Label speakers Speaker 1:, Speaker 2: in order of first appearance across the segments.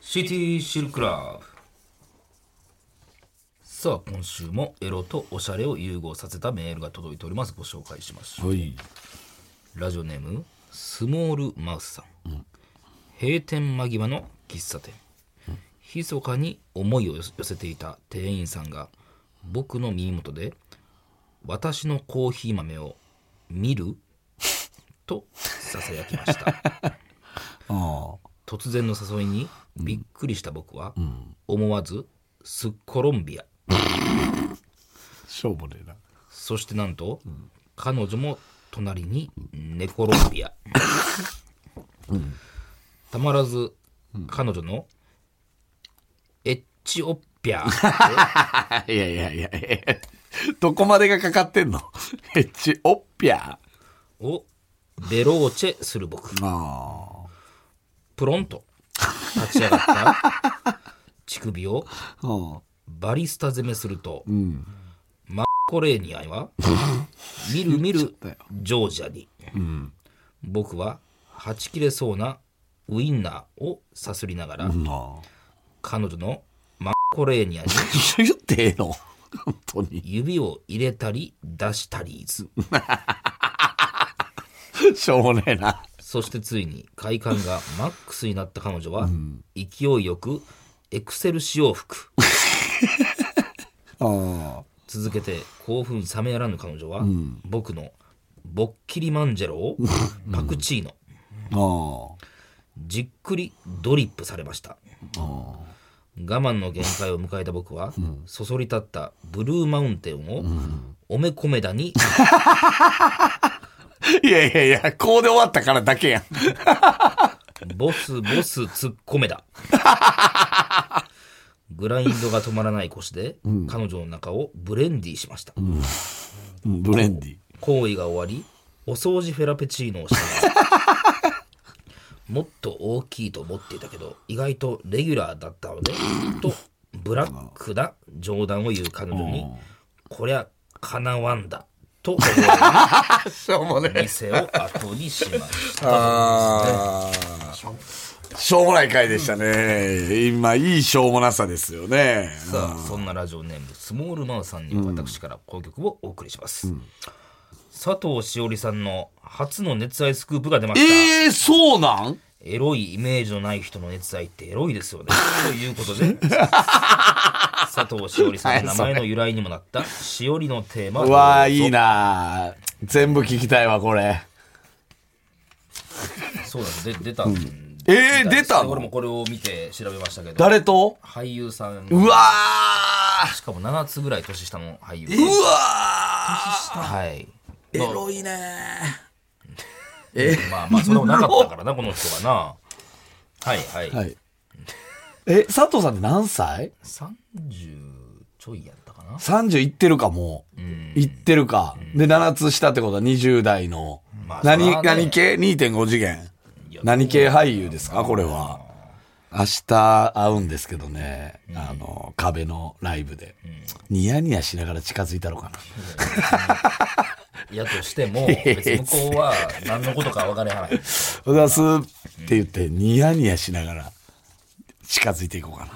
Speaker 1: シティシルクラブさあ今週もエロとおしゃれを融合させたメールが届いておりますご紹介しましょう
Speaker 2: はい。
Speaker 1: ラジオネームスモールマウスさん、閉店間際の喫茶店密かに思いを寄せていた店員さんが僕の耳元で「私のコーヒー豆を見る?」とささやきました
Speaker 2: あ
Speaker 1: 突然の誘いにびっくりした僕は、思わずスッコロンビア
Speaker 2: あ。しょうもねえな。
Speaker 1: そしてなんと、彼女も隣にネコロンビア、たまらず、彼女のエッチオッピャー
Speaker 2: いやいやいやいやどこまでがかかってんのエッチオッピャー。
Speaker 1: をベローチェする僕
Speaker 2: あ
Speaker 1: プロンと立ち上がった乳首を
Speaker 2: あ。うん。
Speaker 1: バリスタ攻めすると、マッコレーニアはみるみるジョージアに、僕ははち切れそうなウインナーをさすりながら、
Speaker 2: ああ。
Speaker 1: 彼女のマッコレーニアに
Speaker 2: 言ってええの本当に。
Speaker 1: 指を入れたり出したりず
Speaker 2: しょうもねえな。
Speaker 1: そしてついに快感がマックスになった彼女は、勢いよくエクセル使用服
Speaker 2: あ
Speaker 1: 続けて興奮冷めやらぬ彼女は、僕のボッキリマンジェロをパクチーノ、
Speaker 2: あ。あ
Speaker 1: じっくりドリップされました我慢の限界を迎えた僕は、そそり立ったブルーマウンテンを、おめこめだに
Speaker 2: あ。いやいやいや、こうで終わったからだけやん。
Speaker 1: ボスボスツッコめだグラインドが止まらない腰で、彼女の中をブレンディしました、
Speaker 2: うんブレンディ。
Speaker 1: 行為が終わりお掃除フェラペチーノをしたがもっと大きいと思っていたけど意外とレギュラーだったのでとブラックな冗談を言う彼女に「こりゃかなわんだ」と思い
Speaker 2: しょうもね
Speaker 1: 店を後にしました
Speaker 2: ああ。しょうもない回でしたね。今、いいしょうもなさですよね。
Speaker 1: さあそんなラジオネームスモールマウさんに私からこの曲をお送りします、佐藤しおりさんの初の熱愛スクープが出ました、
Speaker 2: ええそうなん
Speaker 1: エロいイメージのない人の熱愛ってエロいですよね。というこ とで、佐藤しおりさんの名前の由来にもなった、しおりのテーマ。
Speaker 2: うわあ、いい。な全部聞きたいわ、これ。
Speaker 1: そうなんです。で出たんで。
Speaker 2: ええ出たの
Speaker 1: 俺もこれを見て調べましたけど、
Speaker 2: 誰と
Speaker 1: 俳優さん、
Speaker 2: うわあ
Speaker 1: しかも7つぐらい年下の俳優。
Speaker 2: うわあ
Speaker 1: はい。
Speaker 2: エロいね
Speaker 1: まあまあ、それもなかったからな、この人がな。はいはい。
Speaker 2: はい。え、佐藤さんって何歳
Speaker 1: 30ちょいやったかな。
Speaker 2: ?30 いってるか、もう。いってるか。で、7つしたってことは20代の。
Speaker 1: まあそ
Speaker 2: 何
Speaker 1: ら、ね
Speaker 2: 何系 ?2.5 次元
Speaker 1: いや。
Speaker 2: 何系俳優ですかこれは。明日会うんですけどね。あの、壁のライブで。ニヤニヤしながら近づいたのかな。
Speaker 1: やとして も、別に向こうは何のことか分かれはない。
Speaker 2: おざすって言って、ニヤニヤしながら近づいていこうかな。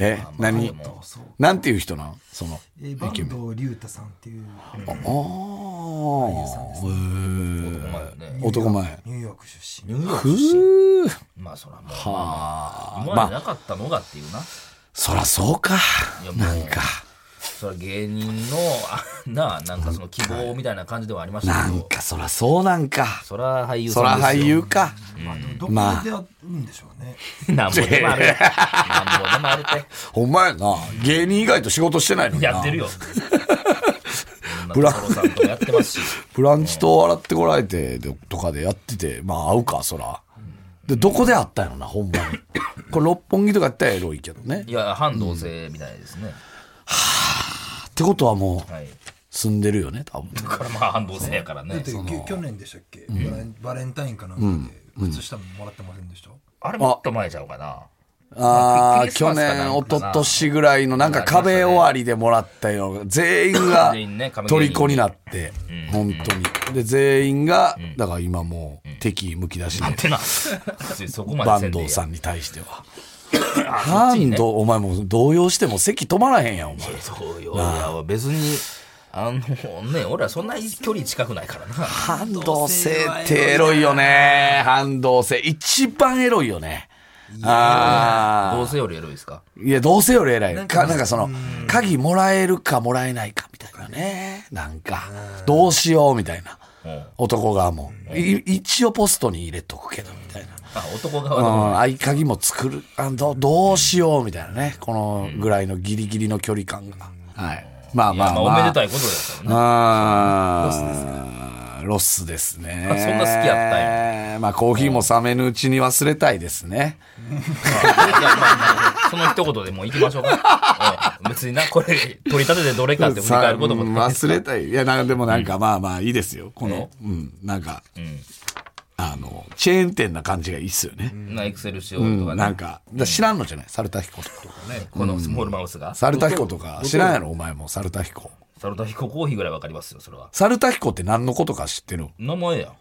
Speaker 2: え、何なんていう人なんその。
Speaker 3: えー坂東龍太さんっていう
Speaker 2: ああ、へ
Speaker 1: お前はね
Speaker 2: え。男前。
Speaker 3: ニューヨーク出身
Speaker 1: ニューヨーク出身まあそらもう
Speaker 2: はあ、
Speaker 1: 今までなかったのがっていうな、
Speaker 2: そらそうか。
Speaker 1: いやもう
Speaker 2: なんか、
Speaker 1: そら芸人の あなあなんかその希望みたいな感じではありました
Speaker 2: な
Speaker 1: け
Speaker 2: ん
Speaker 1: ど
Speaker 2: かそらそうなんか。
Speaker 1: そら俳優
Speaker 2: そ
Speaker 1: さ
Speaker 2: ら
Speaker 1: んです
Speaker 2: 俳
Speaker 1: よ
Speaker 2: 優か。
Speaker 3: どこで
Speaker 2: まあ
Speaker 3: 出会うんでしょうね、
Speaker 1: なん ぼでもあるなんぼでもあるっ
Speaker 2: ほんまやな。芸人以外と仕事してないの
Speaker 1: て
Speaker 2: にな。
Speaker 1: やってるよ
Speaker 2: ブ
Speaker 1: ブ
Speaker 2: ラ
Speaker 1: ラさんとかやってますし
Speaker 2: ブランチと笑ってこられてでとかでやってて、まあ合うか、そら。で、どこで会ったんやろな、ほんま に。これ六本木とかやったらエロいけどね
Speaker 1: い。や半同性みたいですね、
Speaker 2: ってことはもう、
Speaker 1: はい
Speaker 2: 住んでるよね、多分。
Speaker 1: だからまあ半同性やから
Speaker 3: だ
Speaker 1: ね
Speaker 3: ってきょ去年でしたっけ、バレンバレンタインかなんかで靴下ももらってませんでした、
Speaker 1: あれもっと前ちゃうかな
Speaker 2: あ
Speaker 1: ク
Speaker 2: あ、
Speaker 1: リス
Speaker 2: 去
Speaker 1: マスかなんか
Speaker 2: 年、
Speaker 1: な
Speaker 2: 一昨年ぐらいの、なんか壁終わりでもらったような、全員が
Speaker 1: 全員ね壁芸人
Speaker 2: 虜になって、本当に。で、全員が、だから今もう敵むき出し
Speaker 1: なん
Speaker 2: で、
Speaker 1: てな別にそこま
Speaker 2: 坂
Speaker 1: でせんで
Speaker 2: 東
Speaker 1: いいや
Speaker 2: さんに対しては。なんと、お前もう動揺しても席止まらへんやん、お前。
Speaker 1: そうよ。いや、別に、あのね、俺らそんな距離近くないからな。
Speaker 2: 半導性ってエロいよね。半導性。一番エロいよね。あ
Speaker 1: どうせよりエロいですか
Speaker 2: あ。いや、どうせより偉い。か、なんかその、鍵もらえるかもらえないかみたいなね。なんか、どうしようみたいな。男側も。い一応ポストに入れとくけど、みたいな。
Speaker 1: あ、男
Speaker 2: う
Speaker 1: 側の。
Speaker 2: ん、合鍵も作るあど、どうしようみたいなね。このぐらいのギリギリの距離感が。はい。まあ
Speaker 1: ま
Speaker 2: まあ
Speaker 1: あ、
Speaker 2: まあ。
Speaker 1: おめでたいことですからね。
Speaker 2: あーロスですね。
Speaker 1: あそんな好きやったん
Speaker 2: まあコーヒーも冷めぬうちに忘れたいですね。
Speaker 1: いやまあま あその一言でもう行きましょうか。うん別にな、これ、取り立ててどれかって振り返ることも
Speaker 2: さうん
Speaker 1: ない。
Speaker 2: 忘れたい。いや、なんでもなんかまあまあいいですよ。この、うん、なんか、あの、チェーン店な感じがいいっすよね。
Speaker 1: な、エクセルしようと
Speaker 2: う
Speaker 1: か
Speaker 2: ん
Speaker 1: ね。
Speaker 2: なんか、だ知らんのじゃないサルタヒコとか。
Speaker 1: このスモールマウスが。
Speaker 2: サルタヒコとか、知らんやろお前もサルタヒコ。
Speaker 1: サルタヒココーヒーぐらいわかりますよ、それは。
Speaker 2: サルタヒコって何のことか知ってる
Speaker 1: 名前やん。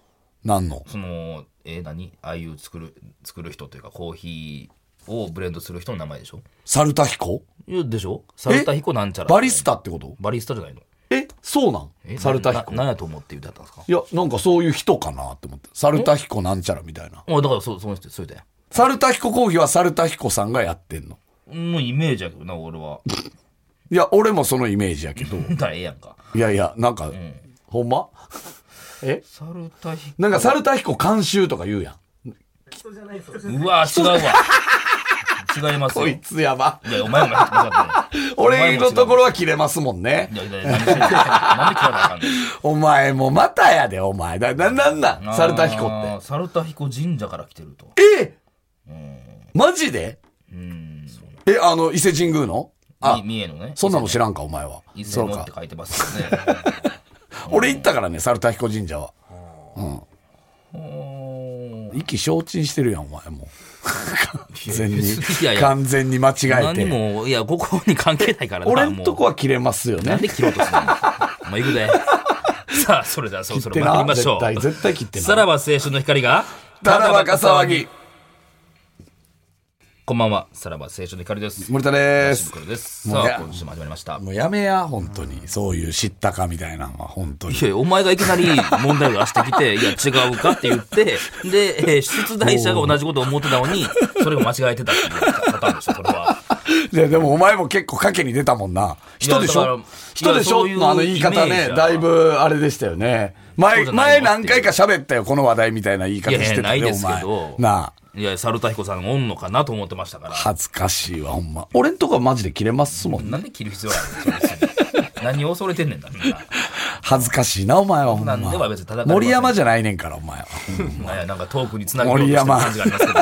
Speaker 2: 何の
Speaker 1: その、えー、何ああいう作る、作る人というか、コーヒーをブレンドする人の名前でしょ
Speaker 2: サルタヒコ
Speaker 1: いやでしょサルタヒコなんちゃら。
Speaker 2: バリスタってこと
Speaker 1: バリスタじゃないの
Speaker 2: え、そうなん
Speaker 1: え
Speaker 2: サルタヒ
Speaker 1: な
Speaker 2: コ
Speaker 1: な。何やと思って言ってはったんですか
Speaker 2: いや、なんかそういう人かなって思って。サルタヒコなんちゃらみたいな。
Speaker 1: あだからそ、その人、それだよ。
Speaker 2: サルタヒコ講義はサルタヒコさんがやってんの。
Speaker 1: もうイメージやけどな、俺は。
Speaker 2: いや、俺もそのイメージやけど。
Speaker 1: だからええやんか。
Speaker 2: いやいや、なんか、ほんまえ
Speaker 1: サルタヒコ。
Speaker 2: なんかサルタヒコ監修とか言うやん。
Speaker 1: うわ、違うわ。違いますよ。
Speaker 2: こ
Speaker 1: い
Speaker 2: いつやば。
Speaker 1: や、お前も間違ってない。
Speaker 2: 俺のところは切れますもんね
Speaker 1: い。やいや、なん でなんで聞かなあかんねん
Speaker 2: お前もまたやで、お前。な、な、なんなんサルタヒコ
Speaker 1: あ
Speaker 2: っ
Speaker 1: ーサルタヒコ神社から来てると。
Speaker 2: て。えマジで
Speaker 1: うん。
Speaker 2: え、あの、伊勢神宮のあ
Speaker 1: み、三重のね。
Speaker 2: そんなの知らんか、お前は。
Speaker 1: 伊勢
Speaker 2: そ
Speaker 1: の
Speaker 2: う
Speaker 1: って
Speaker 2: か。
Speaker 1: 書いてます よね。
Speaker 2: 俺行ったからね、サルタヒコ神社は。
Speaker 1: おー
Speaker 2: 意気消沈してるやん、お前もう。完全に
Speaker 1: いやい、や
Speaker 2: 完全に間違え
Speaker 1: 何
Speaker 2: て。
Speaker 1: も、いや、ここに関係ないからな。
Speaker 2: 俺んとこ
Speaker 1: は。
Speaker 2: は切れますよ
Speaker 1: なん
Speaker 2: ね。
Speaker 1: で切ろうとす るのまあ、行くで。さあ、それではそろそろ
Speaker 2: 切ってな
Speaker 1: 参りましょ
Speaker 2: 絶
Speaker 1: う。
Speaker 2: 対絶対切ってな
Speaker 1: さらば青春の光が、
Speaker 2: ただバカ騒ぎ。
Speaker 1: こんばんは、さらば青春の光です。
Speaker 2: 森田です
Speaker 1: シン。クルです。
Speaker 2: もう
Speaker 1: さ
Speaker 2: い
Speaker 1: あ
Speaker 2: や、
Speaker 1: 今週も始まりました。
Speaker 2: もうやめや、本当に。そういう知ったかみたいなのは、本当に
Speaker 1: い。やいやお前がいきなり問題を出してき て、いや、違うかって言って、で、えー出題者が同じことを思ってたのに、それが間違えてたっていうパターンでしょ、それは。
Speaker 2: いや、でもお前も結構賭けに出たもんな。人でし
Speaker 1: いやだ
Speaker 2: ょ
Speaker 1: から
Speaker 2: 人でしょ
Speaker 1: いやそういう
Speaker 2: のあの言い方
Speaker 1: イメージ
Speaker 2: ね、
Speaker 1: や
Speaker 2: だいぶあれでしたよね。
Speaker 1: そう
Speaker 2: 前、
Speaker 1: じゃな
Speaker 2: 前
Speaker 1: いのっていう
Speaker 2: 何回か喋ったよ、この話題みたいな言い方
Speaker 1: いやいや
Speaker 2: してた
Speaker 1: ない
Speaker 2: ね、
Speaker 1: で
Speaker 2: お
Speaker 1: すけ
Speaker 2: 前
Speaker 1: ど。
Speaker 2: なあ。
Speaker 1: いや、猿田彦さんおんのかなと思ってましたから。
Speaker 2: 恥ずかしいわ、ほんま。俺んとこはマジで切れますもんね。
Speaker 1: なんで切る必要があるのそれ別に何を恐れてんねんだ、みんな。
Speaker 2: 恥ずかしいな、お前はほんま。
Speaker 1: なんでは別に戦いません
Speaker 2: 森山じゃないねんから、お前は。
Speaker 1: なんやなんかトークにつなげようとしてる感じがありますけど、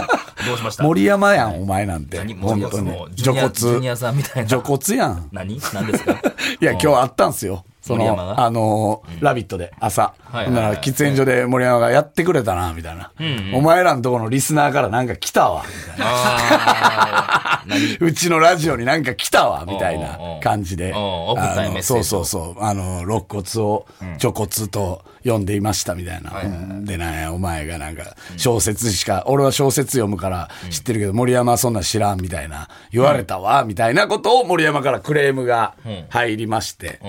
Speaker 1: どうしました
Speaker 2: 森山やん、お前なんて。
Speaker 1: 何森
Speaker 2: 本
Speaker 1: 保
Speaker 2: 当に
Speaker 1: の。ジ
Speaker 2: 除
Speaker 1: ュニアジュニ
Speaker 2: 骨。
Speaker 1: アさんみたいな。
Speaker 2: 除骨やん。
Speaker 1: 何何ですか
Speaker 2: いや、今日あったんすよ。そ
Speaker 1: 森山
Speaker 2: の、
Speaker 1: が
Speaker 2: あのーラビットで、朝。
Speaker 1: はいはいはい
Speaker 2: なら、喫煙所で森山がやってくれたな、みたいな。お前らのとこのリスナーからなんか来たわ、みたいな。
Speaker 1: あー何
Speaker 2: うちのラジオになんか来たわ、みたいな感じで。
Speaker 1: おうおうおう送ったんや
Speaker 2: あの
Speaker 1: メッセー
Speaker 2: そう
Speaker 1: ジ
Speaker 2: そうそう。あの、肋骨を、除骨と呼んでいました、みたいな。うんでね、お前がなんか、小説しか、俺は小説読むから知ってるけど、森山はそんなん知らん、みたいな。言われたわ、みたいなことを森山からクレームが入りまして。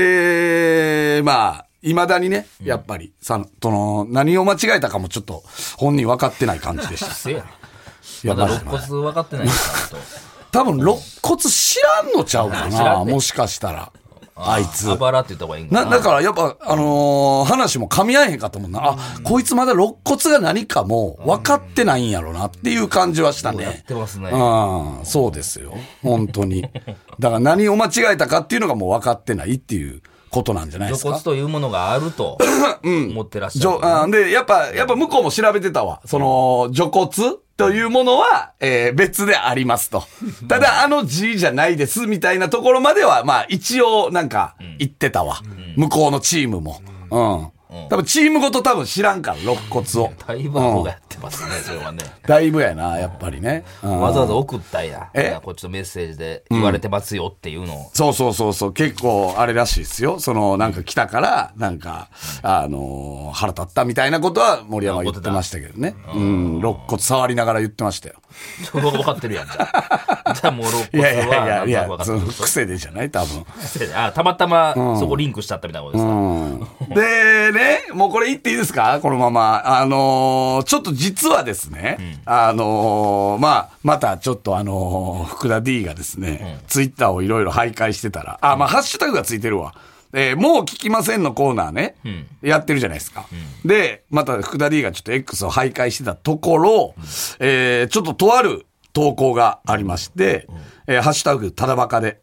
Speaker 2: で、まあ、いまだにね、やっぱり、さ、その、何を間違えたかもちょっと、本人分かってない感じでした。
Speaker 1: せや。
Speaker 2: いや
Speaker 1: まだ
Speaker 2: マジ
Speaker 1: 肋
Speaker 2: で
Speaker 1: 骨分かってないですか、
Speaker 2: 多分肋骨知らんのちゃうか
Speaker 1: 知ら
Speaker 2: な、
Speaker 1: んね
Speaker 2: もしかしたら。あいつ
Speaker 1: と。あ。ばらって言った方がいいんか
Speaker 2: な、
Speaker 1: な。
Speaker 2: だからやっぱ、あのー話も噛み合えへんかったもんな。あ、こいつまだ肋骨が何かも分かってないんやろなっていう感じはした
Speaker 1: やっ
Speaker 2: ね
Speaker 1: て。ますね。
Speaker 2: うん、そうですよ。本当に。だから何を間違えたかっていうのがもう分かってないっていうことなんじゃないで
Speaker 1: 露
Speaker 2: すか
Speaker 1: 骨。というものがあると思ってらっし
Speaker 2: じょ
Speaker 1: ゃ
Speaker 2: あで、やっぱ、やっぱ向こうも調べてたわ。その、除骨というものは、えー別であります と。ただ、あの字じゃないです、みたいなところまでは、まあ、一応、なんか、言ってたわ。向こうのチームも。うん。多分、チームごと多分知らんから、肋骨 を。
Speaker 1: る。だいぶ顎がやってますね、それはね。
Speaker 2: だいぶやな、やっぱりね。うん
Speaker 1: わざわざ送ったんや。
Speaker 2: え
Speaker 1: いやこっちのメッセージで言われてますよっていうのを。
Speaker 2: そうそうそうそう、結構あれらしいですよ。その、なんか来たから、なんか、あのー腹立ったみたいなことは森山言ってましたけどね。うん、肋骨触りながら言ってましたよ。
Speaker 1: 分かってるやんじゃ あじゃあもう肋
Speaker 2: い
Speaker 1: 骨
Speaker 2: やいやい
Speaker 1: はな
Speaker 2: や
Speaker 1: ん
Speaker 2: い
Speaker 1: とな
Speaker 2: や
Speaker 1: く分かって
Speaker 2: そ
Speaker 1: る
Speaker 2: の癖でじゃない多分
Speaker 1: あたまたまそこリンクしちゃったみたいなことですか、
Speaker 2: でね、もうこれ言っていいですかこのまま。あのーちょっと実はですね、あのーまあ、またちょっとあのー福田 D がですね、ツイッターをいろいろ徘徊してたら、あ、まあ、ハッシュタグがついてるわ。えーもう聞きませんのコーナーね、やってるじゃないですか。で、また福田 D がちょっと X を徘徊してたところ、えーちょっととある投稿がありまして、えーハッシュタグ、ただバカで、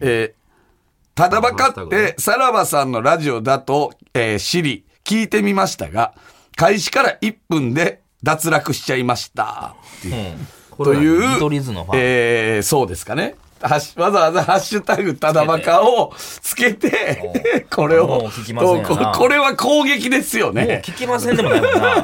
Speaker 2: えーただバカって、さらばさんのラジオだと、えー知り、聞いてみましたが、開始から1分で脱落しちゃいました。っていう
Speaker 1: うん、ことれは
Speaker 2: いう、
Speaker 1: 見取り図のファン、
Speaker 2: えーそうですかね。はしわざわざハッシュタグただバカをつけて、 これ
Speaker 1: もう
Speaker 2: を
Speaker 1: 聞きませんよな
Speaker 2: 投稿これは攻撃ですよ
Speaker 1: もう
Speaker 2: ね。
Speaker 1: 聞きませんでもないもんな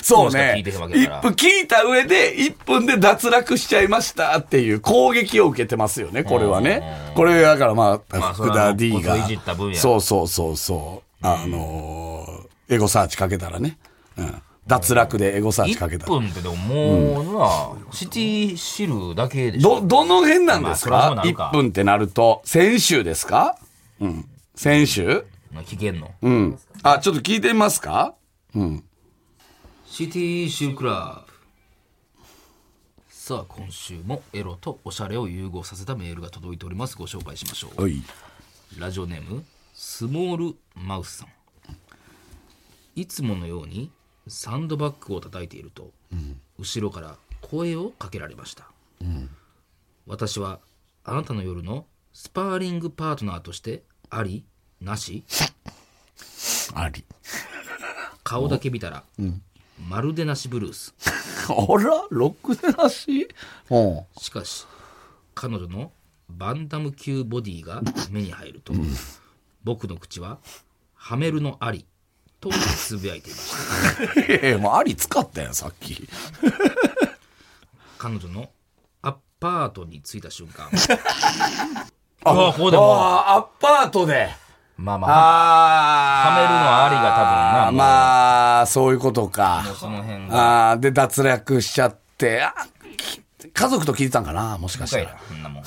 Speaker 2: そう
Speaker 1: しか聞
Speaker 2: ね。
Speaker 1: いてへんわけだか
Speaker 2: 1
Speaker 1: ら
Speaker 2: 分聞いた上で1分で脱落しちゃいましたっていう攻撃を受けてますよね、これはね。これだからまあ、
Speaker 1: まあ
Speaker 2: 福田 D
Speaker 1: それはもう
Speaker 2: が
Speaker 1: こいじった分。や
Speaker 2: そうそうそうそう。あのー、エゴサーチかけたらね。うん脱落でエゴサーチかけ
Speaker 1: 1
Speaker 2: たら。
Speaker 1: 分ってでももうな、シティシルだけでしょ
Speaker 2: ど、どの辺なんです
Speaker 1: まあそ
Speaker 2: か
Speaker 1: らそうなるか
Speaker 2: ?1 分ってなると。先週ですかうん。先週
Speaker 1: まあ聞けんの、
Speaker 2: うん。あ、ちょっと聞いてみますか
Speaker 1: シティシルクラブさあ今週もエロとおしゃれを融合させたメールが届いておりますご紹介しましょう
Speaker 2: おい。
Speaker 1: ラジオネームスモールマウスさんいつものようにサンドバッグを叩いていると、後ろから声をかけられました、私はあなたの夜のスパーリングパートナーとしてありなし
Speaker 2: あり。
Speaker 1: 顔だけ見たら、まるでなしブルース
Speaker 2: あらろくでなしうん。
Speaker 1: しかし彼女のバンダム級ボディが目に入ると、僕の口はハメルのありとつぶやいていました
Speaker 2: ええ、もうあり使ったやん、さっき。
Speaker 1: 彼女のアパートに着いた瞬間うわここでも
Speaker 2: ああ、アパートで。
Speaker 1: まあまあ
Speaker 2: ああ。
Speaker 1: はめるのありが多分なもう
Speaker 2: まあ、そういうことか。
Speaker 1: もうその辺が
Speaker 2: ああ、で、脱落しちゃって、あき家族と聞いてたんかな、もしかした
Speaker 1: 深い
Speaker 2: ら
Speaker 1: な。そんなもん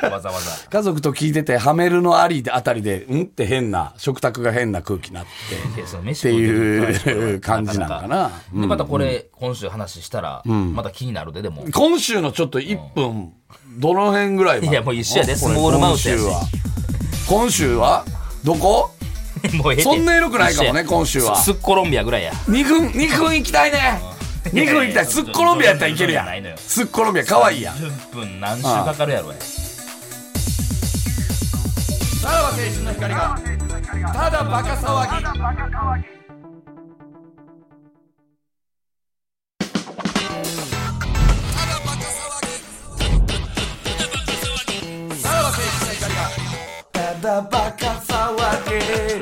Speaker 1: わざわざ
Speaker 2: 家族と聞いてて、ハメルのありであたりで、うんって変な、食卓が変な空気になって、
Speaker 1: いやその飯
Speaker 2: って
Speaker 1: 食う時に
Speaker 2: いう感じなんかな。
Speaker 1: でまたこれ今週話したらまた気になるででも
Speaker 2: 今週のちょっと1分、どの辺ぐらいまで
Speaker 1: いやもう一緒やで
Speaker 2: これ
Speaker 1: スモールマウスやし
Speaker 2: 今週は。今週はどこ
Speaker 1: もうええて
Speaker 2: そんなエロくないかもね今週は
Speaker 1: すすっコロンビアぐらいや
Speaker 2: 二軍、二軍行きたいね。二軍行きたい。すっコロンビアやったらいけるや
Speaker 1: いやいやいや
Speaker 2: ん。すっコロンビア可愛いやん。
Speaker 1: 10分何週かかるやろや
Speaker 2: さらば青春の光が、ただバカ騒ぎ。
Speaker 1: こ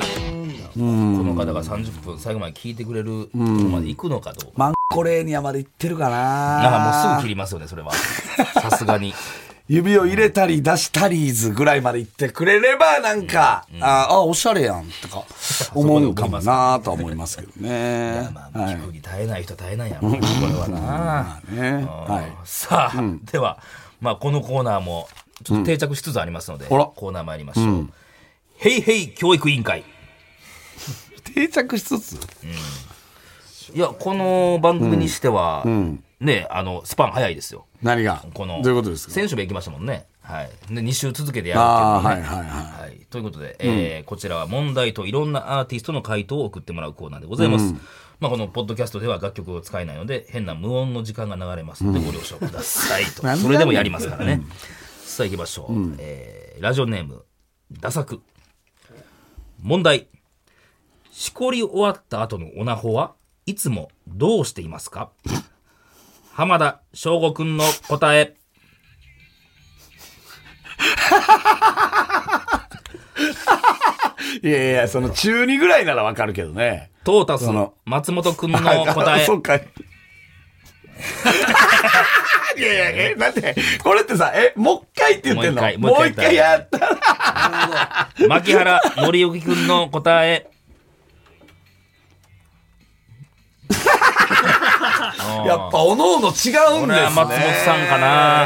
Speaker 1: の方が30分最後まで聞いてくれるところまで行くのかどうか
Speaker 2: マンコレーニアまで行ってるかな
Speaker 1: なんかもうすぐ切りますよねそ れはさすがに
Speaker 2: 指を入れたり出したりーずぐらいまで行ってくれれば、なんか、ああ、おしゃれやん、とか、思うかもなとは思いますけどね。
Speaker 1: まあ、
Speaker 2: はい。
Speaker 1: 聞くに耐えない人は耐えないやろ、これはな。
Speaker 2: ねはい。
Speaker 1: さあ、では、まあ、このコーナーもちょっと定着しつつありますので、
Speaker 2: あら
Speaker 1: コーナー参りましょう。ヘイヘイ教育委員会。
Speaker 2: 定着しつつ、
Speaker 1: いや、この番組にしては、ね、あの、スパン早いですよ。
Speaker 2: 何が、
Speaker 1: この、
Speaker 2: どういうことですか
Speaker 1: 先週も行きましたもんね。はい。で、2週続けてやる
Speaker 2: ああ、
Speaker 1: って
Speaker 2: はいいう
Speaker 1: ね。
Speaker 2: はいはい。
Speaker 1: はい、ということで、えーこちらは問題といろんなアーティストの回答を送ってもらうコーナーでございます。まあ、このポッドキャストでは楽曲を使えないので変な無音の時間が流れますのでご了承くださいと、
Speaker 2: なんで
Speaker 1: それでもやりますからね、さあ行きましょう、えーラジオネームダサク問題しこり終わった後のオナホはいつもどうしていますか浜田翔吾くんの答え
Speaker 2: いやいや、その中2ぐらいならわかるけどね。
Speaker 1: トータス
Speaker 2: その
Speaker 1: 松本くん の答え
Speaker 2: そっか。い やいや、え、だって、これってさ、え、もう一回って言ってんの
Speaker 1: もう一回
Speaker 2: もう一回やったら。
Speaker 1: 牧原紀之君の答え。
Speaker 2: やっぱおのおの違うんですね
Speaker 1: 俺は松本さんかな。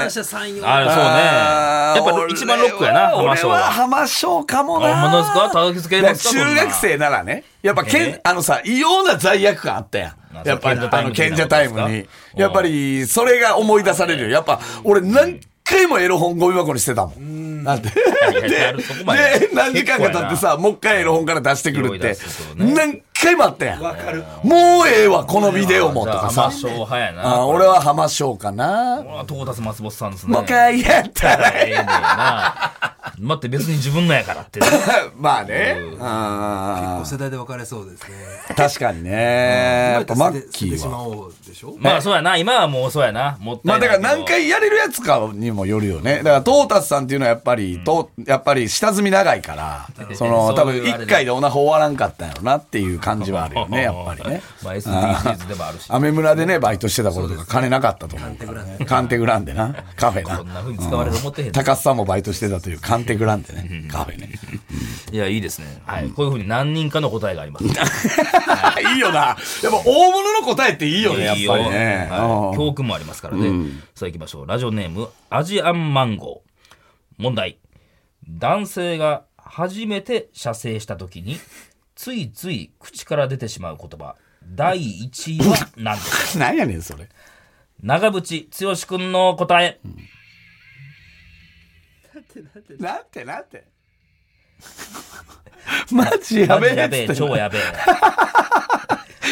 Speaker 3: 三者三様。
Speaker 1: あそうね。やっぱ一番ロックやな、浜松
Speaker 2: 俺は
Speaker 1: は。
Speaker 2: 浜松かもな
Speaker 1: あ本当ですか叩きつけますかそん
Speaker 2: 中
Speaker 1: な
Speaker 2: 学生ならねやっぱけん、
Speaker 1: え
Speaker 2: あのさ異様な罪悪感あったや
Speaker 1: あ
Speaker 2: んやっぱり
Speaker 1: そう
Speaker 2: あの賢
Speaker 1: 賢
Speaker 2: 者
Speaker 1: 者
Speaker 2: タ
Speaker 1: タ
Speaker 2: イ
Speaker 1: イ
Speaker 2: ム
Speaker 1: ム
Speaker 2: に
Speaker 1: に
Speaker 2: やっぱりそれが思い出されるよやっぱ俺何回もエロ本ゴミ箱にしてたもんなんて
Speaker 1: いやいや
Speaker 2: で
Speaker 1: そこまで
Speaker 2: で何時間か経ってさもう一回エロ本から出してくるっ
Speaker 1: 拾い
Speaker 2: て
Speaker 1: 出すことね
Speaker 2: 何回もあったやん
Speaker 3: わかる。
Speaker 2: もうええわこのビデオも
Speaker 1: じ
Speaker 2: と
Speaker 1: ゃあ
Speaker 2: か
Speaker 1: 浜
Speaker 2: さ
Speaker 1: 松派や
Speaker 2: あ
Speaker 1: な。
Speaker 2: 俺は浜松かな
Speaker 1: 俺は到達松本さんですね。
Speaker 2: もう一回やったら
Speaker 1: ええねんな。待って別に自分のやからってね。
Speaker 2: まあね。あ
Speaker 3: お世代で分かれそうですね。
Speaker 2: ー確かにね。やっぱマッキー
Speaker 3: 捨ててし
Speaker 2: は。
Speaker 3: まおうでしょ
Speaker 1: まあそうやな。今はもうそうやな。もった
Speaker 2: まあ
Speaker 1: いな
Speaker 2: だ
Speaker 1: い
Speaker 2: から
Speaker 1: けど。
Speaker 2: 何回やれるやつかにもよるよね。だからトータスさんっていうのはやっぱり、とやっぱり下積み長いから、その多
Speaker 1: そうい
Speaker 2: 分
Speaker 1: うあれで
Speaker 2: 1回でオナホ終わらんかったんやろなっていう感じはあるよね、やっぱりね。
Speaker 1: まあ SDGs でもあるし。
Speaker 2: アメ村でね、バイトしてた頃とか金なかったと思うからね。カンテグランデな。カフェ
Speaker 1: こんな
Speaker 2: な。
Speaker 1: 風に使われる思ってへんの
Speaker 2: 高須さんもバイトしてたというカンテグランデね。カフェね。
Speaker 1: いや、いいですね。はい。こういう風に何人かの答えがあり ま
Speaker 2: い
Speaker 1: す。
Speaker 2: いよな。やっぱ大物の答えっていいよね、やっ
Speaker 1: いいよ
Speaker 2: ぱりね。
Speaker 1: は
Speaker 2: う
Speaker 1: い
Speaker 2: ん
Speaker 1: 教訓もありますからね、さあ行きましょうラジオネームアジアンマンゴー問題男性が初めて射精した時についつい口から出てしまう言葉第1位は何でしょう
Speaker 2: なんやねん、それ。
Speaker 1: 長渕剛君の答え
Speaker 2: なんてなんて。 マジやべえっつ
Speaker 1: や
Speaker 2: っ
Speaker 1: べえ
Speaker 2: て
Speaker 1: 超やべえ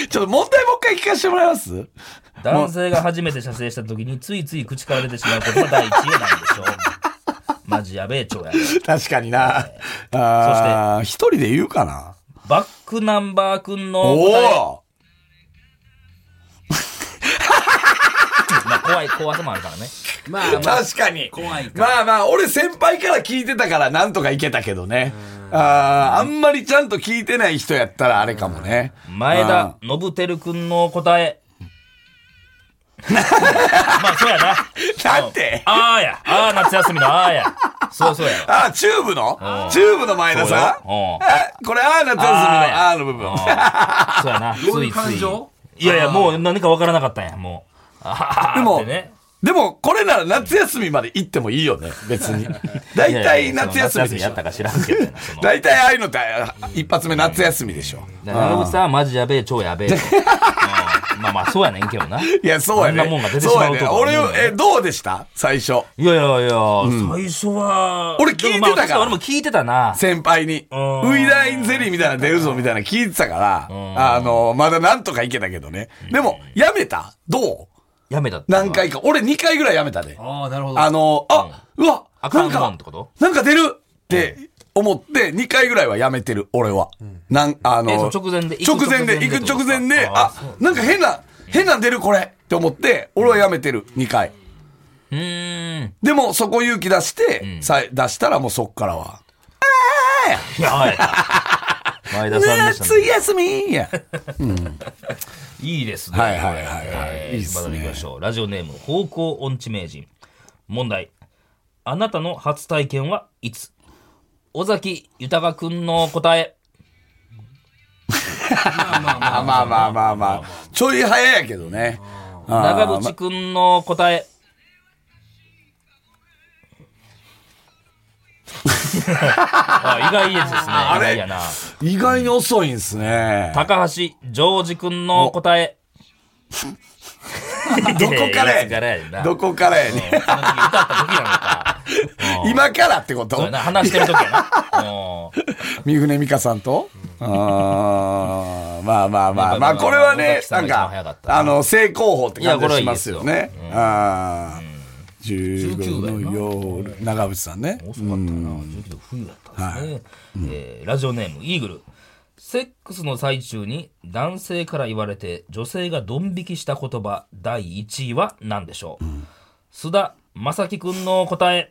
Speaker 2: ちょっと問題もう一回聞かせてもらえます
Speaker 1: 男性が初めて射精した時についつい口から出てしまう言葉第1位は何でしょうマジやべえ超やべえ
Speaker 2: 確かにな。あー一人で言うかな。
Speaker 1: バックナンバー君の
Speaker 2: お
Speaker 1: 答え
Speaker 2: お
Speaker 1: まあ怖い怖さもあるからね
Speaker 3: ま あまあ、
Speaker 2: 確かに。
Speaker 3: 怖いか
Speaker 2: まあまあ、俺先輩から聞いてたからなんとかいけたけどね。あーあんまりちゃんと聞いてない人やったらあれかもね。
Speaker 1: 前田信輝君の 答え。まあ、そうやな。
Speaker 2: なんて
Speaker 1: ああや。ああ、夏休みのああや。そうそうや。
Speaker 2: あー、チューブのチューブの前田さん
Speaker 1: そうようん
Speaker 2: あこれ、あー、夏休みのあーの部分。
Speaker 1: あそうやな。つ
Speaker 3: どうい
Speaker 1: いうつ
Speaker 3: 感
Speaker 1: い。
Speaker 3: 情
Speaker 1: いやいや、もう何かわからなかったんや、もう。ああ、
Speaker 2: でも
Speaker 1: ってね。
Speaker 2: でも、これなら夏休みまで行ってもいいよね、別 に。大体夏休み
Speaker 1: いやいやその夏休
Speaker 2: で
Speaker 1: み
Speaker 2: し
Speaker 1: や
Speaker 2: ょ
Speaker 1: っ。たか知らんけどな。その
Speaker 2: 大体ああいうのって、一発目夏休みでしょ。
Speaker 1: だから長渕さんはマジやべえ、超 やべえと。うんまあまあ、そうやねんけどな。い
Speaker 2: いや、そうや
Speaker 1: あんなもんが
Speaker 2: ね。
Speaker 1: 出てし
Speaker 2: そう
Speaker 1: ま
Speaker 2: や
Speaker 1: うと
Speaker 2: ね。
Speaker 1: か
Speaker 2: 俺、え、どうでした最初。
Speaker 1: やいやいや、最初は。
Speaker 2: 俺聞いてたから
Speaker 1: でもまあ確に俺も聞いてたな。
Speaker 2: 先輩に。ウ
Speaker 1: ん
Speaker 2: ィダーインゼリーみたいなの出るぞみたいなの聞いてたから、あの、まだなんとか行けたけどね。でも、やめたどう
Speaker 1: やめたって。
Speaker 2: 何回か。俺2回ぐらいやめたで。
Speaker 3: ああ、なるほど。
Speaker 2: あの、あ、うわ、
Speaker 1: あ
Speaker 2: な
Speaker 1: か
Speaker 2: ん
Speaker 1: んもん
Speaker 2: か
Speaker 1: って、こと
Speaker 2: なんか出るって思って、2回ぐらいはやめてる、俺は。なん、あ
Speaker 1: え
Speaker 2: の
Speaker 1: その、直前で
Speaker 2: 直前で、
Speaker 1: 行く
Speaker 2: 行く直
Speaker 1: 直前
Speaker 2: 前
Speaker 1: で
Speaker 2: で、あ、なんか変な、変なん出る、これって思って、俺はやめてる、2回。
Speaker 1: うーん。
Speaker 2: でも、そこ勇気出して、さ出したらもうそっからは。
Speaker 1: いや、はい。前田さんでした
Speaker 2: 夏
Speaker 1: ね。
Speaker 2: 休みや。
Speaker 1: いいですね。
Speaker 2: はいはいはいはい
Speaker 1: え
Speaker 2: い
Speaker 1: ー
Speaker 2: いっすね
Speaker 1: まだ行きましょう。ラジオネーム、方向音痴名人。問題。あなたの初体験はいつ尾崎豊君の答え。
Speaker 2: あまあまあまあまあ。ちょい早いやけどね。
Speaker 1: 長
Speaker 2: あー
Speaker 1: 渕君の 答え。あ意外ですね。
Speaker 2: あ
Speaker 1: 意
Speaker 2: れ
Speaker 1: 外やな。
Speaker 2: 意外に遅いんすね。
Speaker 1: 高橋ジョージ君の答え。
Speaker 2: どこから
Speaker 1: いつからやねん
Speaker 2: や
Speaker 1: な
Speaker 2: どこからや
Speaker 1: そ
Speaker 2: ね
Speaker 1: の時歌った時なのか。
Speaker 2: ん今からってこ
Speaker 1: そう
Speaker 2: と
Speaker 1: やな話してる時や な。うん
Speaker 2: 三船美佳さんと、あーまあまあまあま
Speaker 1: ま
Speaker 2: あ
Speaker 1: あ
Speaker 2: これはね
Speaker 1: 尾崎さ
Speaker 2: なんん
Speaker 1: が一番早か
Speaker 2: か
Speaker 1: った
Speaker 2: あの正攻法って感じ
Speaker 1: いやこれ
Speaker 2: が
Speaker 1: はい
Speaker 2: し
Speaker 1: い
Speaker 2: ま
Speaker 1: ですす
Speaker 2: よ
Speaker 1: よ
Speaker 2: ねああ15の夜長渕さんね
Speaker 1: 遅かったな、19度冬だったんですね、えーラジオネームイーグルセックスの最中に男性から言われて女性がドン引きした言葉第1位は何でしょう、須田正樹君の答え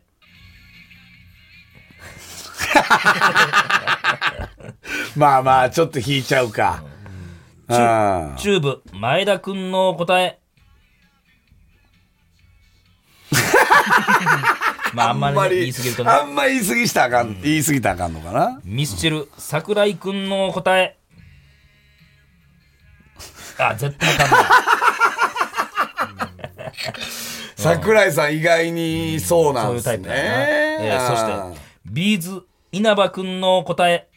Speaker 2: まあまあちょっと引いちゃうかあ
Speaker 1: チューブ前田君の答 えまああんま
Speaker 2: んま
Speaker 1: りね、言
Speaker 2: り
Speaker 1: い過ぎるとね
Speaker 2: あんま言い過ぎしたらあかん言い過ぎたらあかんのかな
Speaker 1: ミスチル桜井 君の答えあ絶対あかん
Speaker 2: 桜井さん意外にそうな
Speaker 1: そ
Speaker 2: ん
Speaker 1: うい
Speaker 2: です
Speaker 1: うタイプ
Speaker 2: ね。
Speaker 1: だな。えーそ
Speaker 2: あー
Speaker 1: して、ビーズ、稲葉くんの 答え。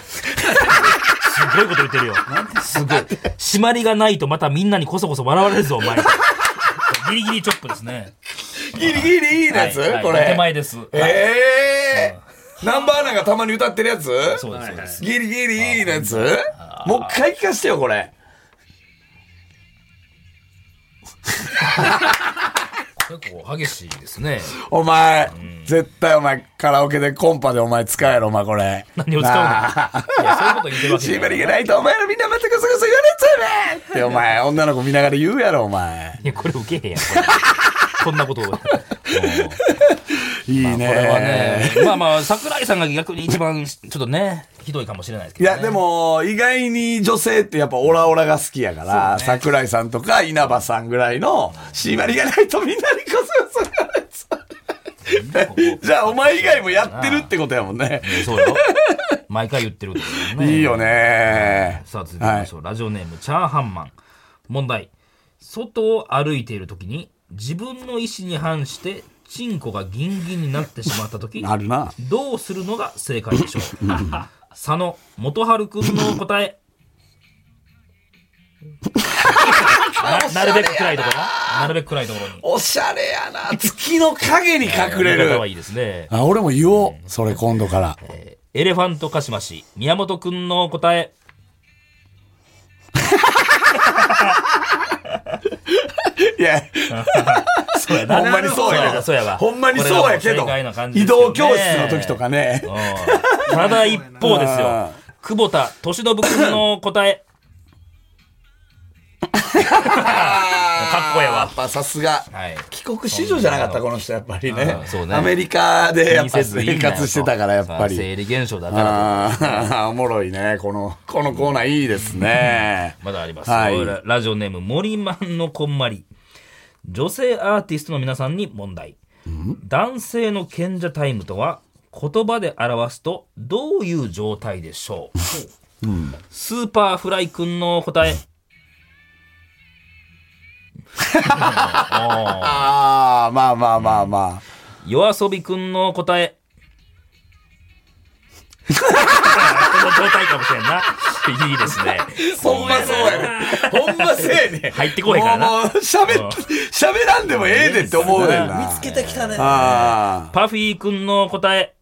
Speaker 1: すごいこと言ってるよ。すごい。締まりがないとまたみんなにこそこそ笑われるぞ、お前。ギリギリチョップですね。
Speaker 2: ギリギリいいです、
Speaker 1: はいはい
Speaker 2: こ
Speaker 1: お
Speaker 2: れ。
Speaker 1: 手前です。
Speaker 2: えー、ナンバーナがたまに歌ってるやつ
Speaker 1: そうです、そうです。
Speaker 2: ギリギリいいやつもう一回聞かせてよ、これ。
Speaker 1: 結構激しいですね。
Speaker 2: お前、絶対お前、カラオケでコンパでお前使えろ、お前これ。
Speaker 1: 何を使うのいやそういうこと言ってるわけじ
Speaker 2: シ
Speaker 1: ゃ
Speaker 2: ーバ
Speaker 1: ない。
Speaker 2: リ
Speaker 1: い
Speaker 2: がないとお前らみんなまたぐそぐそ言われちゃうねってお前、女の子見ながら言うやろ、お前。
Speaker 1: や、これ受けへんやん、これこん なことを。
Speaker 2: いいね。
Speaker 1: これはね、まあまあ、桜井さんが逆に一番、ちょっとね、ひどいかもしれないですけ
Speaker 2: い
Speaker 1: ど、ね。
Speaker 2: や、で、も、意外に女性ってやっぱオラオラが好きやから、桜井さんとか稲葉さんぐらいの、シーバリがないとみんなにこそこそ言われちゃう。 じゃあ、お前以外もやってるってことやもんね。
Speaker 1: そうよ。毎回言ってるってことだ
Speaker 2: いいよ。ね。
Speaker 1: さあ、続きましょう。ラジオネーム、チャーハンマン。問題。外を歩いているときに、自分の意思に反して、チンコがギンギンになってしまったとき、
Speaker 2: ある な。
Speaker 1: どうするのが正解でしょう 佐野元春くんの答えななるべく暗いところななるべく暗いところに
Speaker 2: おしゃれやな。月の影に隠れ
Speaker 1: 見方は
Speaker 2: る。
Speaker 1: いいですね
Speaker 2: あ、俺も言おう。それ今度から。
Speaker 1: エレファントカシマシ宮本くんの答え
Speaker 2: いや、
Speaker 1: そうや
Speaker 2: ほんまにそうや
Speaker 1: そうやわ
Speaker 2: ほんまにそうやけど
Speaker 1: これがもう正解な感。じで
Speaker 2: 移
Speaker 1: すよ
Speaker 2: 動
Speaker 1: ね
Speaker 2: 教室の時とかね。
Speaker 1: うんただ一方です
Speaker 2: あ
Speaker 1: よ久保田俊信くんの答えかっこええ
Speaker 2: や
Speaker 1: わ
Speaker 2: っぱさすが。
Speaker 1: はい
Speaker 2: 帰国子女じゃなかった、この人、やっぱりね
Speaker 1: あーそう。ね
Speaker 2: アメリカでやっ
Speaker 1: 気
Speaker 2: ぱ
Speaker 1: にせずいいんだ
Speaker 2: 生
Speaker 1: よ
Speaker 2: 活してたから、やっぱ
Speaker 1: さあ生
Speaker 2: り。
Speaker 1: 理現象だから
Speaker 2: ああ、 おもろいね。この、このコーナーいいですね。
Speaker 1: まだあります、
Speaker 2: はい
Speaker 1: ララジオネーム森マンのこんまり女性アーティストの皆さんに問題男性の賢者タイムとは言葉で表すとどういう状態でしょう、スーパーフライ君の答えおー
Speaker 2: ああ、まあまあまあま
Speaker 1: 夜遊びくんの答え。この状態かもしれんな。いいですね。
Speaker 2: あ。ほんまそうやね。ほんませえね。
Speaker 1: 入ってこへんからな
Speaker 2: もう、もう喋っ、喋らんでもええでって思うねんな。
Speaker 3: 見つけてきたね。
Speaker 2: あ
Speaker 1: パフィーくんの答 え。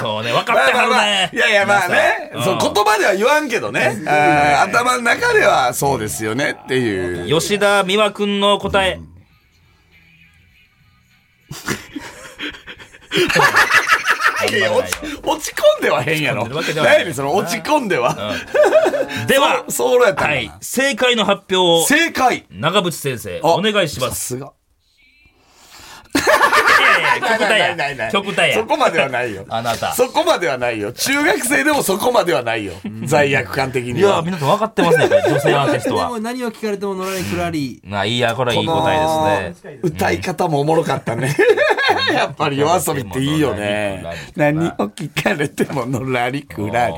Speaker 1: そうね、分か
Speaker 2: あ。ま
Speaker 1: って
Speaker 2: あまあ
Speaker 1: はる
Speaker 2: まあ、
Speaker 1: ね
Speaker 2: い。やいやまあね、
Speaker 1: 皆
Speaker 2: そ
Speaker 1: さ
Speaker 2: うん言葉では言わんけどね、あー頭の中ではそうですよねっていう。
Speaker 1: 吉田美和くんの答え。
Speaker 2: いやいや落ち落ち込んではへんやろ。
Speaker 1: 落ち込んでるわけではな
Speaker 2: 何
Speaker 1: い
Speaker 2: やねんその落ち込んでは。
Speaker 1: では、
Speaker 2: そうやったん
Speaker 1: は
Speaker 2: や
Speaker 1: い
Speaker 2: な、
Speaker 1: 正解の発表を
Speaker 2: 正解
Speaker 1: 長渕先生、
Speaker 2: あ
Speaker 1: お願いしま
Speaker 2: さ
Speaker 1: す。
Speaker 2: すが。
Speaker 1: いやいや
Speaker 2: ないないないない
Speaker 1: 極端や。
Speaker 2: そこ
Speaker 1: 極端や。
Speaker 2: まではないよ。
Speaker 1: あなた。
Speaker 2: そこまではないよ。中学生でもそこまではないよ。罪悪感的
Speaker 1: い
Speaker 2: に
Speaker 1: や、
Speaker 2: は。
Speaker 1: 皆さん分かってますね、これ女性アーティス
Speaker 4: で
Speaker 1: トは
Speaker 4: も。何を聞かれても乗られくらり。
Speaker 1: まあ いいや、これはいい答えですね。
Speaker 2: ね。歌い方もおもろかったね。 やっぱり夜遊びっていいよね。何を聞かれてものらりくらり。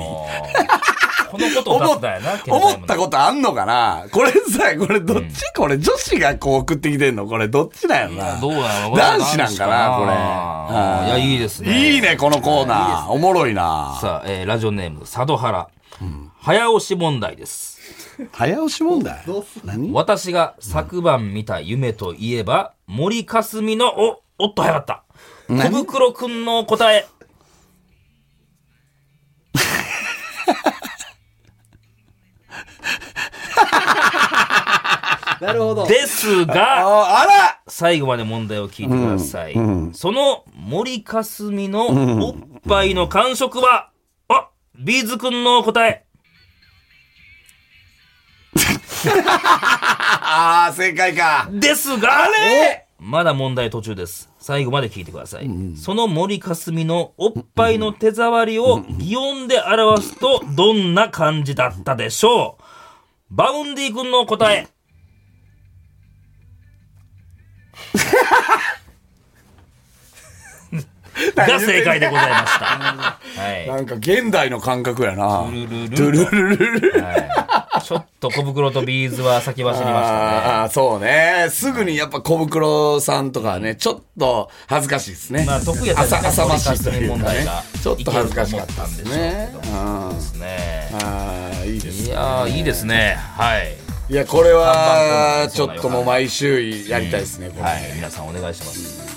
Speaker 1: このことを
Speaker 2: 思
Speaker 1: 出
Speaker 2: っ
Speaker 1: すだよな、携帯
Speaker 2: 思
Speaker 1: もね
Speaker 2: ったことあんのかなこれさ、これどっち、これ女子がこう送ってきてんのこれどっちなんやろな
Speaker 1: どうなの
Speaker 2: 男子なんかなこれ
Speaker 1: あーいや、いいですね。
Speaker 2: いいね、このコーナー。おもろいな。
Speaker 1: さあ、えーラジオネーム、佐渡原。早押し問題です。
Speaker 2: 早押し問題何
Speaker 1: 私が昨晩見た夢といえば、森かすみの、お、おっと早かった。小袋くんの答え。
Speaker 4: なるほど。
Speaker 1: ですが、
Speaker 2: ああ
Speaker 1: 最後まで問題を聞いてください。その森かすみのおっぱいの感触は、あビーズくんの答え。
Speaker 2: らああ、正解か。
Speaker 1: ですが、あれまだ問題途中です。最後まで聞いてください。その森かすみのおっぱいの手触りを擬音で表すとどんな感じだったでしょうバウンディ君の答え。が正解でございました。は
Speaker 2: なんか現代の感覚やな。
Speaker 1: ルルル
Speaker 2: ト
Speaker 1: ル
Speaker 2: ゥルルルルル。
Speaker 1: い。ちょっと小袋とビーズは先走りましたね。
Speaker 2: ああ、そうね。すぐにやっぱ小袋さんとかね、ちょっと恥ずかしいですね。
Speaker 1: まあ得意やったら
Speaker 2: 浅
Speaker 1: ね
Speaker 2: 浅ましいという
Speaker 1: 問
Speaker 2: か
Speaker 1: 題
Speaker 2: ね
Speaker 1: が。
Speaker 2: ちょっと恥ずかしかったんですね
Speaker 1: いけると思ったんでしょう
Speaker 2: あ
Speaker 1: け。どですね。
Speaker 2: あ、いいです
Speaker 1: い
Speaker 2: ね。
Speaker 1: やーいいですね。はい。
Speaker 2: いや、これは、ち
Speaker 1: 看板コンテンツ
Speaker 2: ょっともう毎週やりたいですね、これ。
Speaker 1: はい。皆さんお願いします。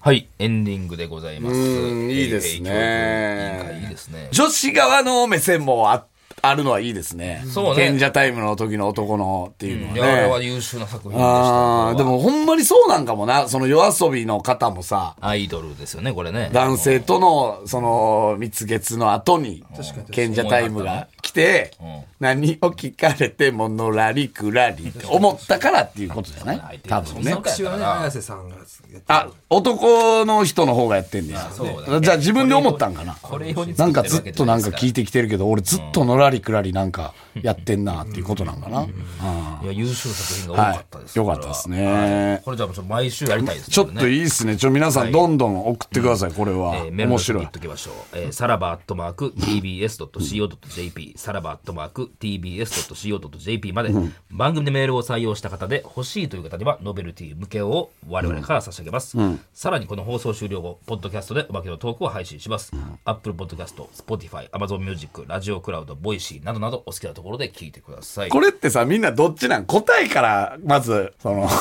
Speaker 1: はい。エンディングでございます。
Speaker 2: うんいいですね
Speaker 1: KK 教育委員会いいですね。
Speaker 2: 女子側の目線もああるのはいいですね。
Speaker 1: そうね
Speaker 2: 賢者タイムの時の男のっていうのは
Speaker 1: うん
Speaker 2: ね。
Speaker 1: いやあれは優秀な作品でした。
Speaker 2: ああ、で
Speaker 1: これは
Speaker 2: もほんまにそうなんかもな、その夜遊びの方もさ、
Speaker 1: アイドルですよね、これね。
Speaker 2: 男性との、その、蜜月の後に、賢者タイムが来て
Speaker 1: ん、
Speaker 2: 何を聞かれてものらりくらりって思ったからっていうことじゃない多分ね
Speaker 1: そ。うか
Speaker 3: 私はね、綾瀬さんがやってる
Speaker 2: あ、男の人の方がやってんねや。
Speaker 1: そうだね
Speaker 2: じゃあ自分で思ったんかな。
Speaker 1: これ用に
Speaker 2: なんかずっとなんか聞い
Speaker 1: て
Speaker 2: てきてるけど、俺ずっとのらりくらりなんかやってんなっていうことなんかな。
Speaker 1: るわけじゃないですから。いや、優秀作品が多かったです。
Speaker 2: はいよかったですね
Speaker 1: これははいこれじゃあ、毎週やりたいですね。
Speaker 2: ちょっといいっすね。ちょ、皆さ
Speaker 1: は
Speaker 2: ん
Speaker 1: い
Speaker 2: どんどん送ってください、これは。
Speaker 1: えーメール
Speaker 2: 面
Speaker 1: の方
Speaker 2: 白
Speaker 1: に言
Speaker 2: い
Speaker 1: っ。ときましょう。えーさらばアットマーク tbs.co.jp、さらばアットマーク tbs.co.jp まで、番組でメールを採用した方で欲しいという方には、ノベルティ向けを我々から差し上げます。さらにこの放送終了後、ポッドキャストでおまけのトークを配信します。アップルポッドキャスト、Spotify、Amazon Music、ラジオクラウド、ボイシーなどなどお好きなところで聞いてください。
Speaker 2: これってさ、みんなどっちなん答えから、まず、その、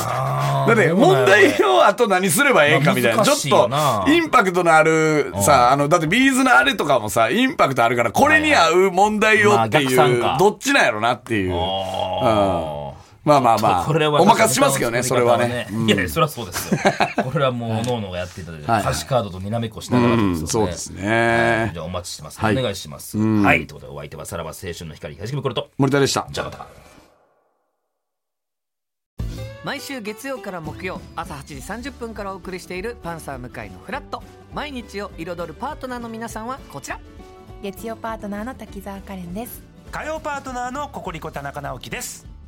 Speaker 2: だって
Speaker 1: そうだ
Speaker 2: 問
Speaker 1: よね
Speaker 2: 題をあと何すればええかみたいな、
Speaker 1: まあ
Speaker 2: ちょ
Speaker 1: 難
Speaker 2: っ
Speaker 1: しいよな
Speaker 2: と、インパクトのある、さ、あの、だってビーズのあれとかもさ、インパクトあるから、これに合う問題をっていう、
Speaker 1: まあ逆算か
Speaker 2: どっちなんやろなっていう。
Speaker 1: あー
Speaker 2: まあまあまあ、
Speaker 1: これは
Speaker 2: お任せしますけどね、それはね。
Speaker 1: いやいや、それはそうですよ。これはもう、おのおのがやっていただいて、
Speaker 2: はい
Speaker 1: 歌詞カードとにらめっこしながら
Speaker 2: うん、そうです。
Speaker 1: はい
Speaker 2: ね
Speaker 1: じ。ゃあお待ちしてます。お
Speaker 2: はい
Speaker 1: 願いします。はい。ということで、お相手はさらば青春の光、東君これと、
Speaker 2: 森田でした。
Speaker 1: じゃあまた。
Speaker 5: 毎週月曜から木曜朝8時30分からお送りしている「パンサー向井のフラット」毎日を彩るパートナーの皆さんはこちら
Speaker 6: 月曜パートナーの滝沢カレンです
Speaker 7: 火曜パートナーのココリコ田中直樹です